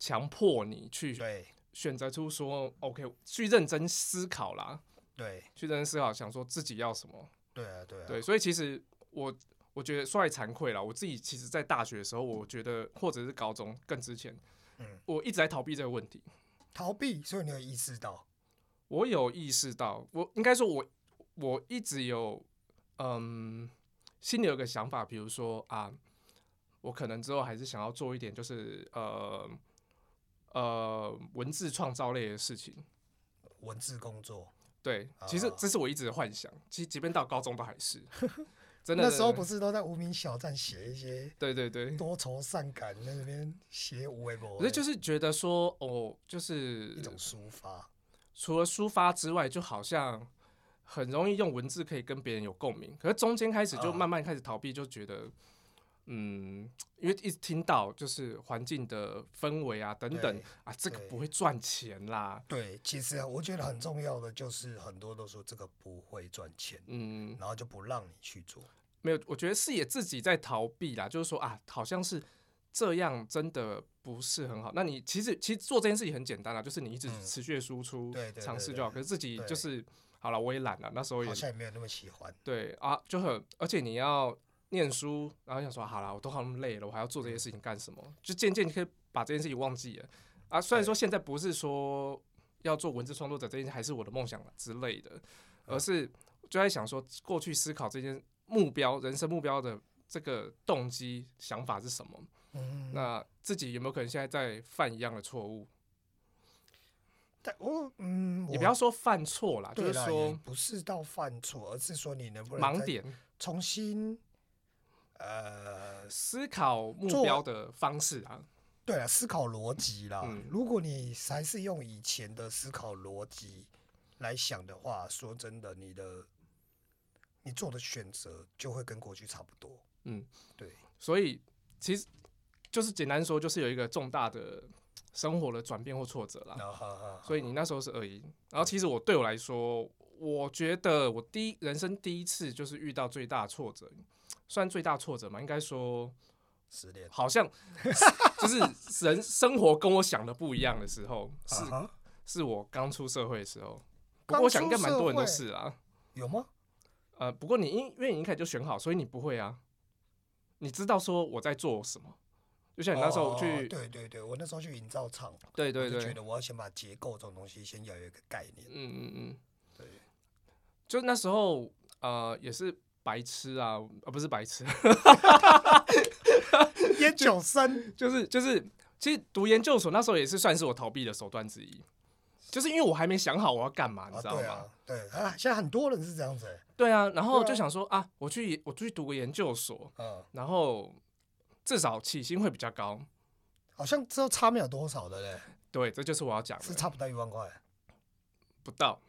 Speaker 1: 强迫你去
Speaker 2: 对
Speaker 1: 选择出说 OK，去认真思考啦，
Speaker 2: 对
Speaker 1: 去认真思考，想说自己要什么。
Speaker 2: 对啊对啊，
Speaker 1: 对，所以其实我我觉得说来惭愧啦，我自己其实在大学的时候，我觉得或者是高中更之前，
Speaker 2: 嗯
Speaker 1: 我一直在逃避这个问题。
Speaker 2: 逃避，所以你有意识到。
Speaker 1: 我有意识到，我应该说我我一直有嗯心里有个想法，比如说啊，我可能之后还是想要做一点就是呃呃文字创造类的事情。
Speaker 2: 文字工作。
Speaker 1: 对，其实
Speaker 2: 哦
Speaker 1: 这是我一直的幻想，其实即便到高中都还 是，真的
Speaker 2: 那时候不
Speaker 1: 是，
Speaker 2: 是都在无名小站写一些
Speaker 1: 对对对，
Speaker 2: 多愁善感，在那边写无为博，
Speaker 1: 可是就是觉得说，哦，就是
Speaker 2: 欸一种抒发。
Speaker 1: 除了抒发之外，就好像很容易用文字可以跟别人有共鸣。可是中间开始就
Speaker 2: 啊
Speaker 1: 慢慢开始逃避，就觉得，嗯，因为一直听到就是环境的氛围啊等等
Speaker 2: 对
Speaker 1: 啊，这个
Speaker 2: 对
Speaker 1: 不会赚钱啦，
Speaker 2: 对，其实啊，我觉得很重要的就是很多都说这个不会赚钱，
Speaker 1: 嗯，
Speaker 2: 然后就不让你去做。
Speaker 1: 没有，我觉得是也自己在逃避啦，就是说啊，好像是这样真的不是很好。那你其实其实做这件事情很简单啊，就是你一直
Speaker 2: 嗯
Speaker 1: 持续地输出
Speaker 2: 对对对
Speaker 1: 尝试就好。
Speaker 2: 对
Speaker 1: 可是自己
Speaker 2: 对
Speaker 1: 就是好了，我也懒了，那时候也
Speaker 2: 好像也没有那么喜欢。
Speaker 1: 对啊，就很而且你要念书，然后想说好了，我都好那么累了，我还要
Speaker 2: 嗯
Speaker 1: 做这些事情干什么？就渐渐你可以把这件事情忘记了啊。虽然说现在不是说要做文字创作者这件事还是我的梦想之类的，
Speaker 2: 嗯
Speaker 1: 而是就在想说过去思考这件目标、人生目标的这个动机、想法是什么？
Speaker 2: 嗯，
Speaker 1: 那自己有没有可能现在在犯一样的错误？
Speaker 2: 但我嗯，
Speaker 1: 也
Speaker 2: 我
Speaker 1: 不要说犯错啦，就
Speaker 2: 对
Speaker 1: 是
Speaker 2: 啦也
Speaker 1: 说
Speaker 2: 不是到犯错，而是说你能不能
Speaker 1: 盲
Speaker 2: 再
Speaker 1: 点
Speaker 2: 重新呃，
Speaker 1: 思考目
Speaker 2: 做
Speaker 1: 标的方式啊。
Speaker 2: 对了，思考逻辑啦。
Speaker 1: 嗯
Speaker 2: 如果你还是用以前的思考逻辑来想的话，说真的，你的你做的选择就会跟过去差不多。
Speaker 1: 嗯，
Speaker 2: 对，
Speaker 1: 所以其实就是简单说，就是有一个重大的生活的转变或挫折啦。
Speaker 2: 然后
Speaker 1: 所以你那时候是二一，然后其实我对我来说，我觉得我第一人生第一次就是遇到最大的挫折，算最大挫折嘛，应该说
Speaker 2: 失恋
Speaker 1: 好像 就是人生活跟我想的不一样的时候，是
Speaker 2: 啊哈
Speaker 1: 是我刚出社会的时候。不
Speaker 2: 刚
Speaker 1: 过我想应
Speaker 2: 出
Speaker 1: 该蛮
Speaker 2: 社
Speaker 1: 多人都
Speaker 2: 会
Speaker 1: 是啊，
Speaker 2: 有吗？
Speaker 1: 呃，不过你因因为你一开始就选好，所以你不会啊。你知道说我在做什么，就像你那时候
Speaker 2: 哦
Speaker 1: 去，
Speaker 2: 对对对，我那时候去营造厂，
Speaker 1: 对对
Speaker 2: 我就觉
Speaker 1: 对，
Speaker 2: 得我要先把结构这种东西先要有一个概念。
Speaker 1: 嗯嗯嗯，
Speaker 2: 对，
Speaker 1: 就那时候呃也是白痴啊，啊不是白痴， 嗯
Speaker 2: 烟酒生，
Speaker 1: 就是就是，其实读研究所那时候也是算是我逃避的手段之一，就是因为我还没想好我要干嘛，你
Speaker 2: 啊
Speaker 1: 知道
Speaker 2: 对
Speaker 1: 吗？
Speaker 2: 啊，对啊，现在很多人是这样子、欸，
Speaker 1: 对啊，然后
Speaker 2: 对啊
Speaker 1: 就想说啊，我去我去读个研究所，
Speaker 2: 嗯，
Speaker 1: 然后至少起薪会比较高，
Speaker 2: 好像之后差没有多少的嘞，
Speaker 1: 对，这就是我要讲
Speaker 2: 是
Speaker 1: 的，
Speaker 2: 差不到一万块。
Speaker 1: 不到，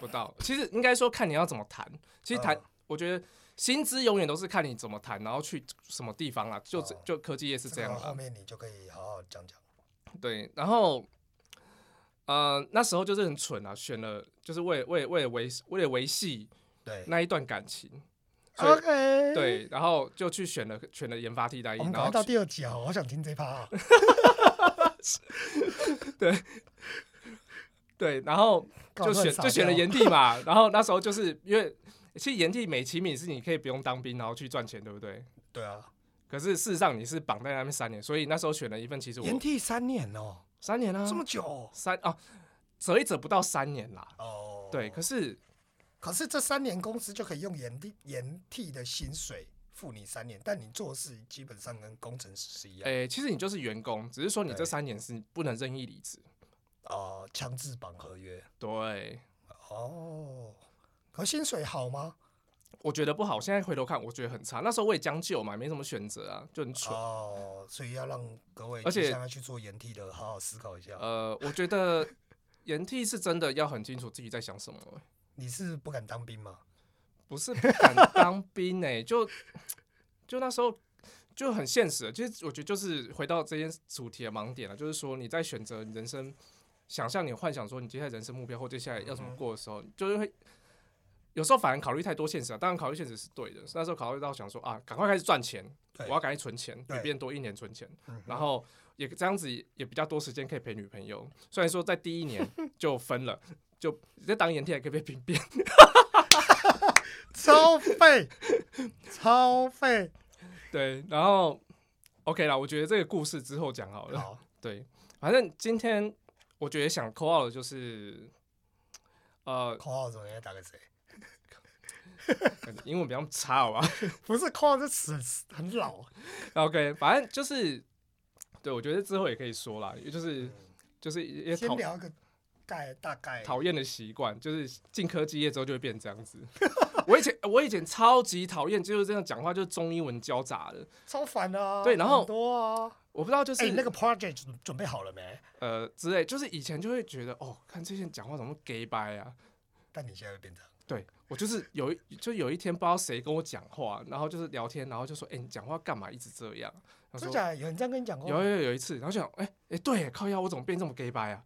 Speaker 1: 不到。其实应该说看你要怎么谈。其实谈，
Speaker 2: 嗯
Speaker 1: 我觉得薪资永远都是看你怎么谈，然后去什么地方啦。就、
Speaker 2: 哦
Speaker 1: 就科技业是这样啊
Speaker 2: 个后
Speaker 1: 啦。
Speaker 2: 面你就可以好好讲讲。
Speaker 1: 对，然后呃那时候就是很蠢啊，选了就是为了为了为了维为了维系
Speaker 2: 对
Speaker 1: 那一段感情，所以
Speaker 2: ，OK，，
Speaker 1: 对，然后就去选了选了研发替代役，
Speaker 2: 我们
Speaker 1: 然
Speaker 2: 赶
Speaker 1: 后
Speaker 2: 快哦到
Speaker 1: 去
Speaker 2: 第二集啊，我好想听这一趴、啊。
Speaker 1: 对，然后
Speaker 2: 搞
Speaker 1: 就
Speaker 2: 得很
Speaker 1: 选
Speaker 2: 傻
Speaker 1: 就选了
Speaker 2: 掉
Speaker 1: 炎帝嘛，然后那时候就是因为其实炎帝美其名是你可以不用当兵，然后去赚钱，对不 对？
Speaker 2: 对啊，
Speaker 1: 可是事实上你是绑在那边三年，所以那时候选了一份，其实我
Speaker 2: 延替三年哦，
Speaker 1: 三年啊，
Speaker 2: 这么久哦
Speaker 1: 三啊，折一折不到三年啦。
Speaker 2: 哦。
Speaker 1: 对，可
Speaker 2: 是
Speaker 1: 是
Speaker 2: 可是这三年公司就可以用延替延替的薪水付你三年，但你做事基本上跟工程师是一样
Speaker 1: 诶、其实你就是员工，只是说你这
Speaker 2: 对
Speaker 1: 三年是不能任意离职。
Speaker 2: 哦，强制绑合约
Speaker 1: 对，
Speaker 2: 哦。可薪水好吗？
Speaker 1: 我觉得不好。现在回头看，我觉得很差。那时候我也将就嘛，没什么选择啊，就很蠢。
Speaker 2: 哦，所以要让各位
Speaker 1: 而且
Speaker 2: 想要去做延替的，好好思考一下。
Speaker 1: 呃，我觉得 演替是真的要很清楚自己在想什么、
Speaker 2: 你是不敢当兵吗？
Speaker 1: 不是不敢当兵呢、 就就那时候就很现实。其实我觉得就是回到这件主题的盲点了，啊就是说你在选择你人生，想象你幻想说你接下来人生目标或接下来要怎
Speaker 2: 嗯
Speaker 1: 么过的时候，就是会有时候反而考虑太多现实啊。当然考虑现实是对的，那时候考虑到想说啊，赶快开始赚钱，
Speaker 2: 对
Speaker 1: 我要赶快存钱，比
Speaker 2: 对
Speaker 1: 别人多一年存钱
Speaker 2: 嗯哼，
Speaker 1: 然后也这样子也比较多时间可以陪女朋友。虽然说在第一年就分了。 就在当盐铁还可以被 兵变，
Speaker 2: 超费，超费。
Speaker 1: 对，然后 OK 啦，我觉得这个故事之后讲好了。
Speaker 2: 好，
Speaker 1: 对，反正今天我觉得想扣号的就是，呃，
Speaker 2: 括号怎么要打给谁？
Speaker 1: 英文比较差好吧
Speaker 2: 不是括号这词很老。啊
Speaker 1: ？OK，反正就是，对我觉得之后也可以说啦，也就是就是也
Speaker 2: 嗯先
Speaker 1: 讨
Speaker 2: 聊一个概大概。
Speaker 1: 讨厌的习惯，就是进科技业之后就会变这样 子。我以前我以前超级讨厌，就是这样讲话，就是中英文交杂的。
Speaker 2: 超烦的啊。
Speaker 1: 对然后
Speaker 2: 很多啊。
Speaker 1: 我不知道就是、
Speaker 2: 哎，那个 project 准准备好了没？
Speaker 1: 呃之类，就是以前就会觉得哦，看这些人讲话怎么 gay 掰啊，
Speaker 2: 但你现在会变成
Speaker 1: 对我就是有一就有一天不知道谁跟我讲话，然后就是聊天，然后就说：“哎、你讲话干嘛一直这样？”他
Speaker 2: 真
Speaker 1: 说
Speaker 2: 假的？啊有人这样跟你讲：“过？
Speaker 1: 有有有一次。”然后就想：“哎、哎、对耶，靠腰，我怎 么变这么 gay 白啊？”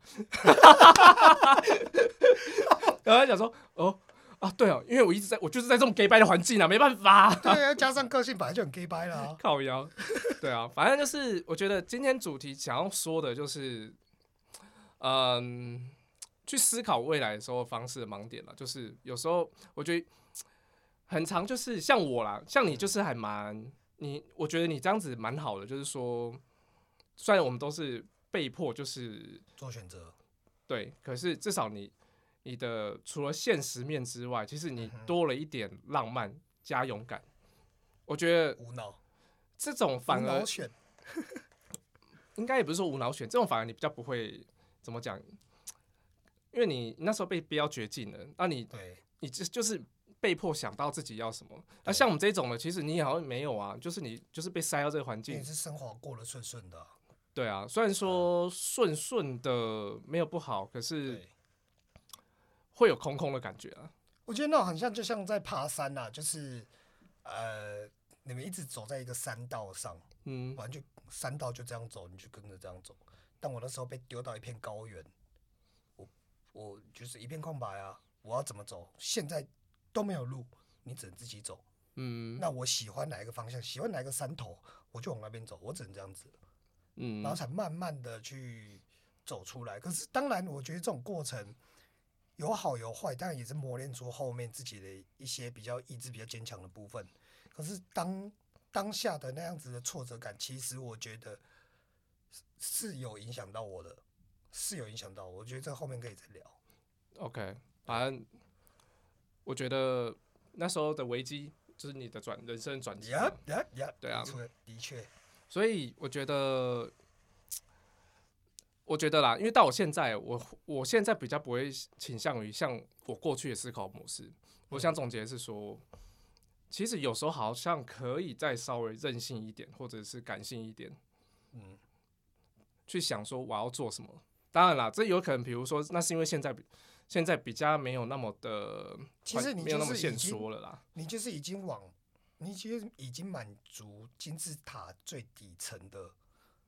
Speaker 1: 然后他想说：“哦啊，对哦，因为我一直在我就是在这种 gay 白的环境啊，没办法、
Speaker 2: 对啊，加上个性本来就很 gay 掰了啊。
Speaker 1: 靠腰，对啊，反正就是我觉得今天主题想要说的就是，嗯，去思考未来的时候方式的盲点了。就是有时候我觉得很长，就是像我啦，像你就是还蛮你，我觉得你这样子蛮好的，就是说，虽然我们都是被迫就是
Speaker 2: 做选择，
Speaker 1: 对，可是至少你你的除了现实面之外，其实你多了一点浪漫加勇敢。我觉得
Speaker 2: 无脑，
Speaker 1: 这种反
Speaker 2: 无
Speaker 1: 而
Speaker 2: 脑选，
Speaker 1: 应该也不是说无脑选，这种反而你比较不会怎么讲，因为你那时候被逼到绝境了，那你
Speaker 2: 对，
Speaker 1: 你就就是被迫想到自己要什么。那像我们这种的，其实你好像没有啊，就是你就是被塞到这个环
Speaker 2: 你
Speaker 1: 境
Speaker 2: 也，是生活过得顺顺的啊，
Speaker 1: 对啊。虽然说顺顺的没有不好，可是
Speaker 2: 对。
Speaker 1: 会有空空的感觉啊。
Speaker 2: 我觉得那种很像，就像在爬山呐、就是呃，你们一直走在一个山道上，
Speaker 1: 嗯，
Speaker 2: 完就山道就这样走，你就跟着这样走。但我那时候被丢到一片高原，我我就是一片空白啊，我要怎么走？现在都没有路，你只能自己走。
Speaker 1: 嗯
Speaker 2: 那我喜欢哪一个方向，喜欢哪一个山头，我就往那边走，我只能这样子，
Speaker 1: 嗯
Speaker 2: 然后才慢慢的去走出来。可是当然，我觉得这种过程有好有坏，当然也是磨练出后面自己的一些比较意志比较坚强的部分。可是当当下的那样子的挫折感，其实我觉得是是有影响到我的，是有影响到我。我觉得这后面可以再聊。
Speaker 1: ，OK，反正我觉得那时候的危机就是你的转人生转折啊。
Speaker 2: 呀呀呀！
Speaker 1: 对啊
Speaker 2: 的确的确，
Speaker 1: 所以我觉得，我觉得啦，因为到我现在，我我现在比较不会倾向于像我过去的思考模式。我
Speaker 2: 嗯
Speaker 1: 想总结是说，其实有时候好像可以再稍微任性一点，或者是感性一点，
Speaker 2: 嗯，
Speaker 1: 去想说我要做什么。当然啦，这有可能，比如说，那是因为现在比现在比较没有那么的，
Speaker 2: 其实你
Speaker 1: 没有那
Speaker 2: 就
Speaker 1: 么
Speaker 2: 是已
Speaker 1: 现
Speaker 2: 经
Speaker 1: 说了啦。
Speaker 2: 你就是已经往，你其实已经满足金字塔最底层的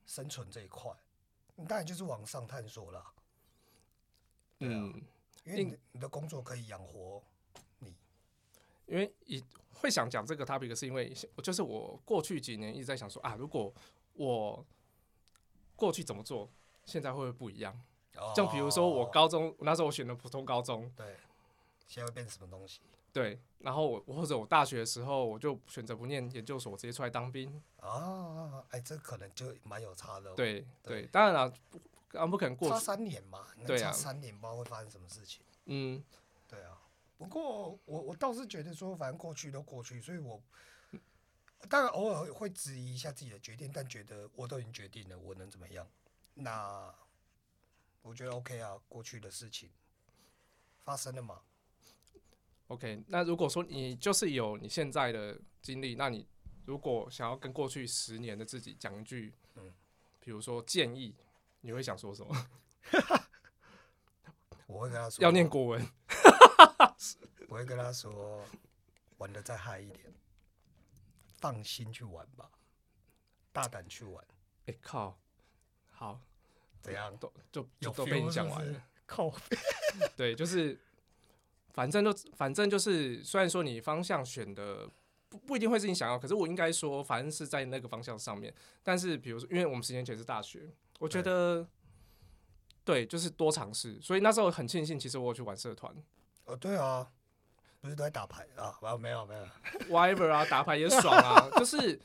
Speaker 2: 生存这一块，你当然就是往上探索啦，对啊
Speaker 1: 嗯，
Speaker 2: 因为你的你的工作可以养活你。
Speaker 1: 因为以会想讲这个 topic，是因为我就是我过去几年一直在想说啊，如果我过去怎么做，现在会不会不一样？像比如说我
Speaker 2: 哦
Speaker 1: 高中那时候我选的普通高中，
Speaker 2: 对，现在会变成什么东西？
Speaker 1: 对，然后我或者我大学的时候我就选择不念研究所，直接出来当兵，
Speaker 2: 啊，哎，这可能就蛮有差的哦。
Speaker 1: 对
Speaker 2: 对
Speaker 1: 对，当然了，不啊不可能过
Speaker 2: 差
Speaker 1: 去，
Speaker 2: 三年嘛，那
Speaker 1: 对
Speaker 2: 差
Speaker 1: 啊
Speaker 2: 三年，不知道会发生什么事情。
Speaker 1: 嗯，
Speaker 2: 对啊，不过我我倒是觉得说，反正过去都过去，所以我当然偶尔会质疑一下自己的决定，但觉得我都已经决定了，我能怎么样？那我觉得 OK 啊，过去的事情发生了嘛，
Speaker 1: OK，那如果说你就是有你现在的经历，那你如果想要跟过去十年的自己讲一句，
Speaker 2: 嗯
Speaker 1: 比如说建议，你会想说什么？
Speaker 2: 我会跟他说，
Speaker 1: 要念，国文，
Speaker 2: 我会跟他说，玩的再嗨一点，放心去玩吧，大胆去玩，
Speaker 1: 哎、靠，好，
Speaker 2: 怎样？
Speaker 1: 都就就
Speaker 2: 有
Speaker 1: 都被
Speaker 2: feel
Speaker 1: 你讲
Speaker 2: 是不
Speaker 1: 完
Speaker 2: 是
Speaker 1: 了。
Speaker 2: 靠背，
Speaker 1: 对，就是反正就反正就是，虽然说你方向选的不不一定会是你想要，可是我应该说，反正是在那个方向上面。但是比如说，因为我们十年前是大学，我觉
Speaker 2: 对
Speaker 1: 得对，就是多尝试。所以那时候很庆幸，其实我有去玩社团
Speaker 2: 哦，对啊，不是都在打牌啊？没有没有没有，
Speaker 1: ，whatever 啊，打牌也爽 啊，就是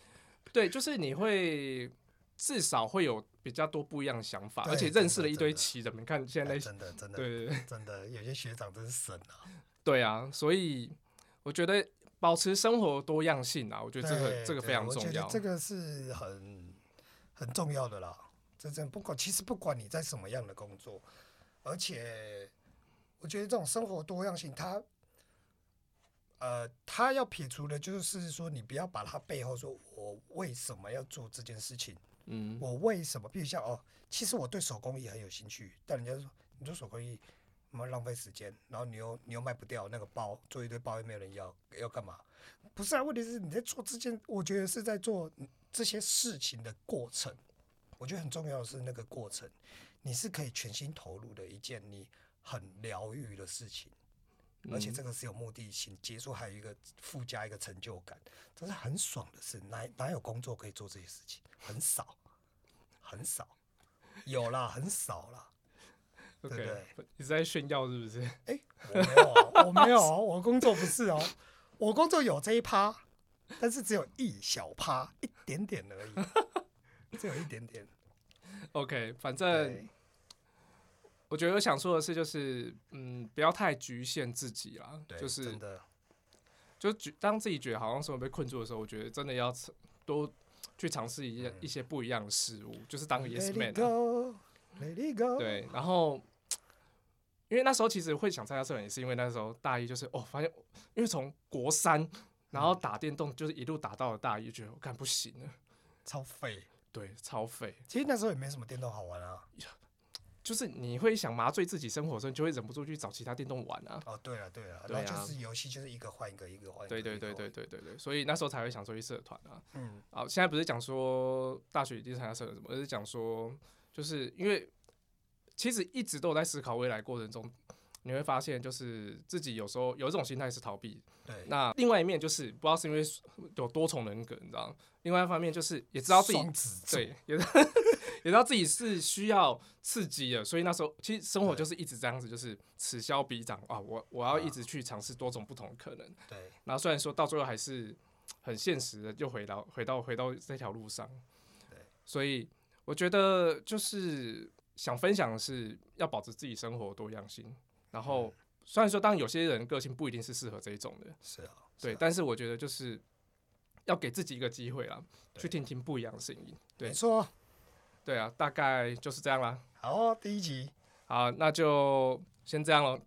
Speaker 1: 对，就是你会。至少会有比较多不一样的想法，
Speaker 2: 对
Speaker 1: 而且
Speaker 2: 真
Speaker 1: 认
Speaker 2: 的
Speaker 1: 识了一
Speaker 2: 真
Speaker 1: 堆
Speaker 2: 的
Speaker 1: 奇人。你看现在
Speaker 2: 哎
Speaker 1: 那些，
Speaker 2: 真的真的
Speaker 1: 对对 对，
Speaker 2: 真的，有些学长真是神啊！
Speaker 1: 对啊，所以我觉得保持生活多样性啊，我觉得这个
Speaker 2: 对
Speaker 1: 这个
Speaker 2: 对
Speaker 1: 非常
Speaker 2: 我
Speaker 1: 重
Speaker 2: 觉
Speaker 1: 要
Speaker 2: 得。这个是很很重要的啦。这真的不管，其实不管你在什么样的工作，而且我觉得这种生活多样性，它呃，它要撇除的就是说，你不要把它背后说我为什么要做这件事情，
Speaker 1: 嗯，
Speaker 2: 我为什么，比如像哦，其实我对手工艺很有兴趣，但人家说你做手工艺，妈浪费时间，然后你又你又卖不掉那个包，做一堆包又没有人要，要干嘛？不是啊，问题是你在做这件，我觉得是在做这些事情的过程，我觉得很重要的是那个过程，你是可以全心投入的一件你很疗愈的事情，而
Speaker 1: 嗯
Speaker 2: 且这个是有目的性，结束还有一个附加一个成就感，这是很爽的事。哪哪有工作可以做这些事情？很少，很少，有啦，很少啦。对不
Speaker 1: ，OK，
Speaker 2: 对
Speaker 1: 你是在炫耀是不是？
Speaker 2: 哎、我没有啊，我没有啊，我工作不是哦，我工作有这一趴，但是只有一小趴，一点点而已，只有一 点点。
Speaker 1: OK，反
Speaker 2: 对
Speaker 1: 正我觉得我想说的是，就是嗯，不要太局限自己啦。
Speaker 2: 对，
Speaker 1: 就
Speaker 2: 真
Speaker 1: 是
Speaker 2: 的，
Speaker 1: 就觉当自己觉得好像什么被困住的时候，我觉得真的要尝多去尝试一些、一些不一样的事物，就是当个 yes
Speaker 2: 嗯 Let it
Speaker 1: man 啊、
Speaker 2: go，Let it go。，
Speaker 1: 对，然后因为那时候其实会想参加社团，也是因为那时候大一就是哦，发现因为从国三然后打电动就是一路打到了大一，就觉得我干不行了，
Speaker 2: 超废。
Speaker 1: 对，超废。
Speaker 2: 其实那时候也没什么电动好玩啊。
Speaker 1: 就是你会想麻醉自己生活的时候，你就会忍不住去找其他电动玩啊。
Speaker 2: 哦，对了对了，
Speaker 1: 对啊
Speaker 2: 那就是游戏就是一个换一个，一个换一个。
Speaker 1: 对对
Speaker 2: 一个
Speaker 1: 对
Speaker 2: 换
Speaker 1: 对，对对对，所以那时候才会想说去社团啊。
Speaker 2: 嗯，
Speaker 1: 啊，现在不是讲说大学一定参加社团什么，而是讲说，就是因为其实一直都有在思考未来过程中，你会发现就是自己有时候有一种心态是逃避，
Speaker 2: 对。
Speaker 1: 那另外一面就是不知道是因为有多重人格，你知道吗，另外一方面就是也知道自己
Speaker 2: 双子座
Speaker 1: 对， 也也知道自己是需要刺激的，所以那时候其实生活就是一直这样子，就是此消彼长啊，我我要一直去尝试多种不同的可能。
Speaker 2: 对
Speaker 1: 然后虽然说到最后还是很现实的，又回到回到回到这条路上。
Speaker 2: 对，
Speaker 1: 所以我觉得就是想分享的是要保持自己生活的多样性。然
Speaker 2: 嗯
Speaker 1: 后虽然说，当然有些人个性不一定是适合这一种的，
Speaker 2: 是啊，是
Speaker 1: 对，
Speaker 2: 啊
Speaker 1: 但是我觉得就是要给自己一个机会啦，去听听不一样的声音。对
Speaker 2: 没错。
Speaker 1: 对啊，大概就是这样啦。
Speaker 2: 好哦，第一集
Speaker 1: 好，那就先这样咯。